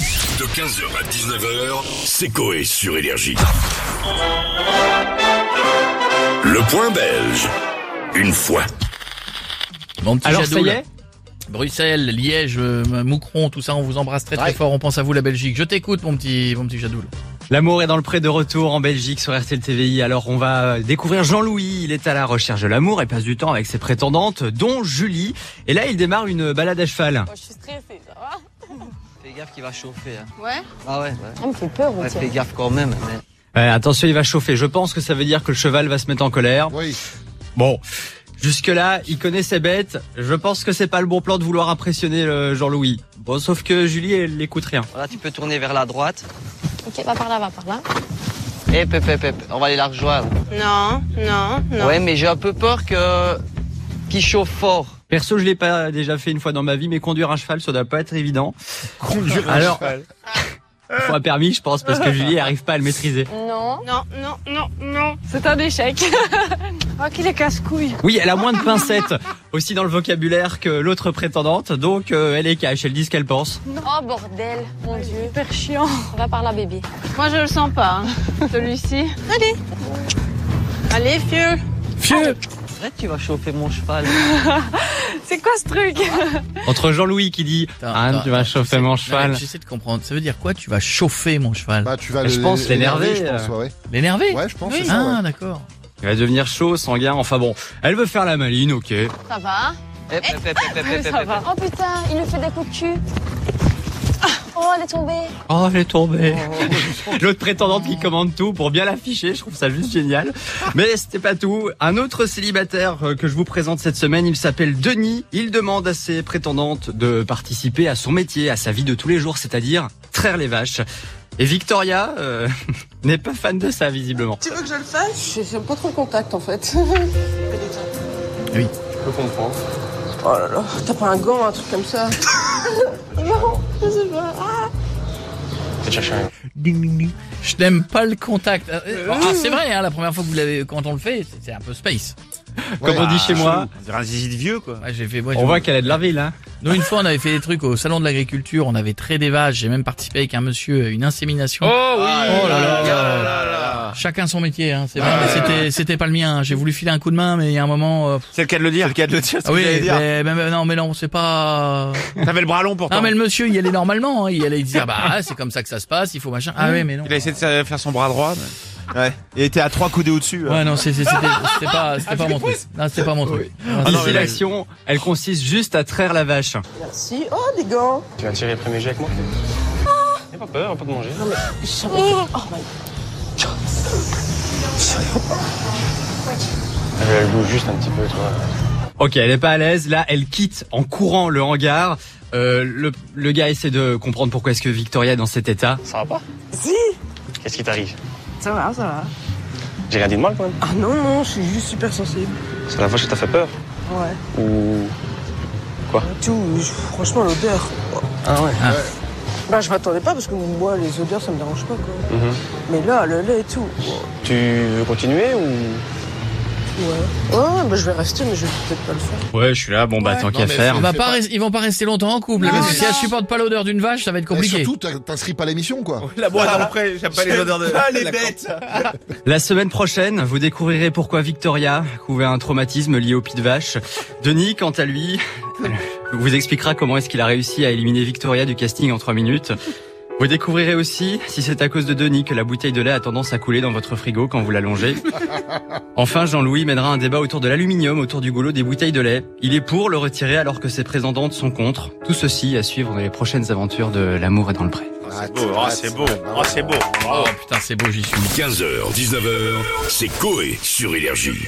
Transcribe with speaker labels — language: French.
Speaker 1: De 15h à 19h, c'est Coé sur Énergie. Le point belge. Une fois.
Speaker 2: Mon petit
Speaker 3: Alors, ça
Speaker 2: Jadot,
Speaker 3: y
Speaker 2: là.
Speaker 3: est
Speaker 2: Bruxelles, Liège, euh, Moucron, tout ça, on vous embrasse très très
Speaker 3: Ouais.
Speaker 2: fort. On pense à vous, la Belgique. Je t'écoute, mon petit, mon petit Jadoul.
Speaker 3: L'amour est dans le pré de retour en Belgique sur RTL TVI. Alors on va euh, découvrir Jean-Louis. Il est à la recherche de l'amour et passe du temps avec ses prétendantes, dont Julie. Et là, il démarre une balade à cheval.
Speaker 4: Moi, Oh, je suis stressée, ça va
Speaker 5: Fais gaffe qu'il va chauffer. hein.
Speaker 4: Ouais
Speaker 5: Ah ouais, ouais.
Speaker 4: On me fait peur, on
Speaker 5: Ouais,
Speaker 4: dirait.
Speaker 5: fais gaffe quand même. mais-
Speaker 3: Ouais, attention, il va chauffer. Je pense que ça veut dire que le cheval va se mettre en colère.
Speaker 6: Oui.
Speaker 3: Bon. Jusque-là, il connaît ses bêtes. Je pense que c'est pas le bon plan de vouloir impressionner euh, Jean-Louis. Bon, sauf que Julie, elle n'écoute rien.
Speaker 5: Voilà, tu peux tourner vers la droite. Eh,
Speaker 4: Ok, va par là, va par là.
Speaker 5: Et pep, pep, pep. On va aller la rejoindre.
Speaker 4: Non, non, non.
Speaker 5: Ouais, mais j'ai un peu peur que. qu'il chauffe fort.
Speaker 3: Perso, je l'ai pas déjà fait une fois dans ma vie, mais conduire un cheval, ça doit pas être évident.
Speaker 6: Conduire un
Speaker 3: Alors-
Speaker 6: cheval.
Speaker 3: Faut un permis, je pense, parce que Julie arrive pas à le maîtriser.
Speaker 4: Non. Non, non, non, non. C'est un échec. oh, qu'il est casse-couille.
Speaker 3: Oui, elle a moins de pincettes aussi dans le vocabulaire que l'autre prétendante, donc euh, elle est cash, elle dit ce qu'elle pense.
Speaker 4: Oh, bordel, mon dieu. Super chiant. Va par là, bébé. Moi, je le sens pas, hein, celui-ci. Allez. Allez, fieu.
Speaker 5: C'est vrai que tu vas chauffer mon cheval.
Speaker 4: C'est quoi ce truc
Speaker 3: Entre Jean-Louis qui dit
Speaker 2: Attends,
Speaker 3: Anne,
Speaker 2: attends,
Speaker 3: tu vas
Speaker 2: attends,
Speaker 3: chauffer
Speaker 2: j'essaie-
Speaker 3: mon
Speaker 2: Ouais,
Speaker 3: cheval.
Speaker 2: J'essaie de comprendre. Ça veut dire quoi Tu vas chauffer mon cheval
Speaker 6: Bah, tu vas
Speaker 3: Je
Speaker 6: le-
Speaker 3: pense l'énerver,
Speaker 6: je pense,
Speaker 3: euh.
Speaker 6: ouais.
Speaker 2: L'énerver
Speaker 6: ouais. Ouais, je pense, c'est ça,
Speaker 2: Ah,
Speaker 6: ouais.
Speaker 2: d'accord.
Speaker 3: Il va devenir chaud, sanguin, enfin bon. Elle veut faire la maline, ok.
Speaker 4: Ça va
Speaker 5: Eh, pep, pep, pep, pep, pep, pep.
Speaker 7: Oh putain, il lui fait des coups de cul.
Speaker 4: Ah.
Speaker 7: Oh, elle est tombée.
Speaker 3: Oh, elle est tombée. L'autre prétendante qui commande tout pour bien l'afficher, je trouve ça juste génial. Mais c'était pas tout. Un autre célibataire euh, que je vous présente cette semaine, il s'appelle Denis. Il demande à ses prétendantes de participer à son métier, à sa vie de tous les jours, c'est-à-dire traire les vaches. Et Victoria euh, n'est pas fan de ça visiblement.
Speaker 8: J'aime pas trop le contact en fait.
Speaker 6: Je comprends.
Speaker 8: Oh là là, t'as pas un gant, un truc comme ça
Speaker 2: Je n'aime pas le contact. Ah, euh, ah, c'est vrai, hein, la première fois que vous l'avez, quand on le fait, c'est- c'est un peu space.
Speaker 3: Comme on dit chez moi,
Speaker 6: On dirait un zizi de vieux, quoi.
Speaker 2: Ouais, j'ai fait, ouais,
Speaker 3: on
Speaker 2: j'ai-
Speaker 3: voit qu'elle est de la ville. Hein.
Speaker 2: Nous, une fois, on avait fait des trucs au salon de l'agriculture, on avait très des vaches, j'ai même participé avec un monsieur à une insémination.
Speaker 3: Oh oui Oh là là Ah
Speaker 2: Chacun son métier, hein, c'est vrai, mais c'était, c'était pas le mien. hein. J'ai voulu filer un coup de main, mais il y a un moment, euh,
Speaker 6: C'est le cas de le dire. C'est le cas de le dire.
Speaker 2: Ah oui, mais, mais- mais non, mais non, c'est pas.
Speaker 6: T'avais le bras long pourtant.
Speaker 2: Non, mais le monsieur, il y allait normalement. hein. Il allait dire, bah, c'est comme ça que ça se passe, il faut machin. Ah ouais, mais non.
Speaker 6: Il a essayé de faire son bras droit. mais- Ouais. Il était à trois coudées au-dessus. hein.
Speaker 2: Ouais, non, c'est- c'est- c'était c'était pas,
Speaker 6: Ah,
Speaker 2: c'était pas mon truc. Non, c'était pas mon truc. Ah Non,
Speaker 3: Ici,
Speaker 2: non, mais-
Speaker 3: l'action, elle consiste juste à traire la vache.
Speaker 8: Merci. Oh, des gants
Speaker 9: Tu vas tirer les premiers jets avec moi
Speaker 8: Ah.
Speaker 9: N'aie pas peur, on peut te manger.
Speaker 8: J'aime- Oh my
Speaker 9: Ah, Elle bouge juste un petit peu, tu vois.
Speaker 3: Ok, elle est pas à l'aise. Là, elle quitte en courant le hangar. Euh, le, le gars essaie de comprendre pourquoi est-ce que Victoria est dans cet état.
Speaker 9: Ça va pas
Speaker 8: Si
Speaker 9: Qu'est-ce qui t'arrive
Speaker 8: Ça va, ça va.
Speaker 9: J'ai rien dit de mal quand même.
Speaker 8: Ah non, non, je suis juste super sensible.
Speaker 9: C'est la fois que t'as fait peur
Speaker 8: Ouais.
Speaker 9: Ou.
Speaker 8: Tout, je- franchement, l'odeur.
Speaker 9: Ah ouais
Speaker 8: Bah, je m'attendais pas parce que moi, les odeurs, ça me dérange pas quoi.
Speaker 5: Mhm.
Speaker 8: Mais là, le lait et tout.
Speaker 9: Tu veux continuer ou.
Speaker 8: Ouais. Ouais, bah, je vais rester, mais je vais peut-être pas le faire.
Speaker 3: Ouais, je suis là. Bon, bah tant qu'à
Speaker 6: mais
Speaker 3: faire.
Speaker 2: On va pas res- ils vont pas rester longtemps en couple.
Speaker 6: Ah
Speaker 4: Non,
Speaker 2: parce que si
Speaker 4: non.
Speaker 2: elle supporte pas l'odeur d'une vache, ça va être
Speaker 6: Et
Speaker 2: compliqué.
Speaker 6: surtout, t'as- t'inscris pas à l'émission, quoi.
Speaker 10: La boîte après, j'aime pas les odeurs de. Ah, les bêtes
Speaker 3: La semaine prochaine, vous découvrirez pourquoi Victoria couvait un traumatisme lié au pied de vache. Denis, quant à lui, vous expliquera comment est-ce qu'il a réussi à éliminer Victoria du casting en trois minutes. Vous découvrirez aussi si c'est à cause de Denis que la bouteille de lait a tendance à couler dans votre frigo quand vous l'allongez. Enfin, Jean-Louis mènera un débat autour de l'aluminium autour du goulot des bouteilles de lait. Il est pour le retirer alors que ses prétendantes sont contre. Tout ceci à suivre dans les prochaines aventures de L'amour est dans le pré.
Speaker 6: Hâte,
Speaker 10: beau, ah,
Speaker 6: hâte.
Speaker 10: c'est beau, ah, c'est beau.
Speaker 2: Oh putain, c'est beau, j'y suis.
Speaker 1: 15h, 19h, c'est Coé sur Énergie.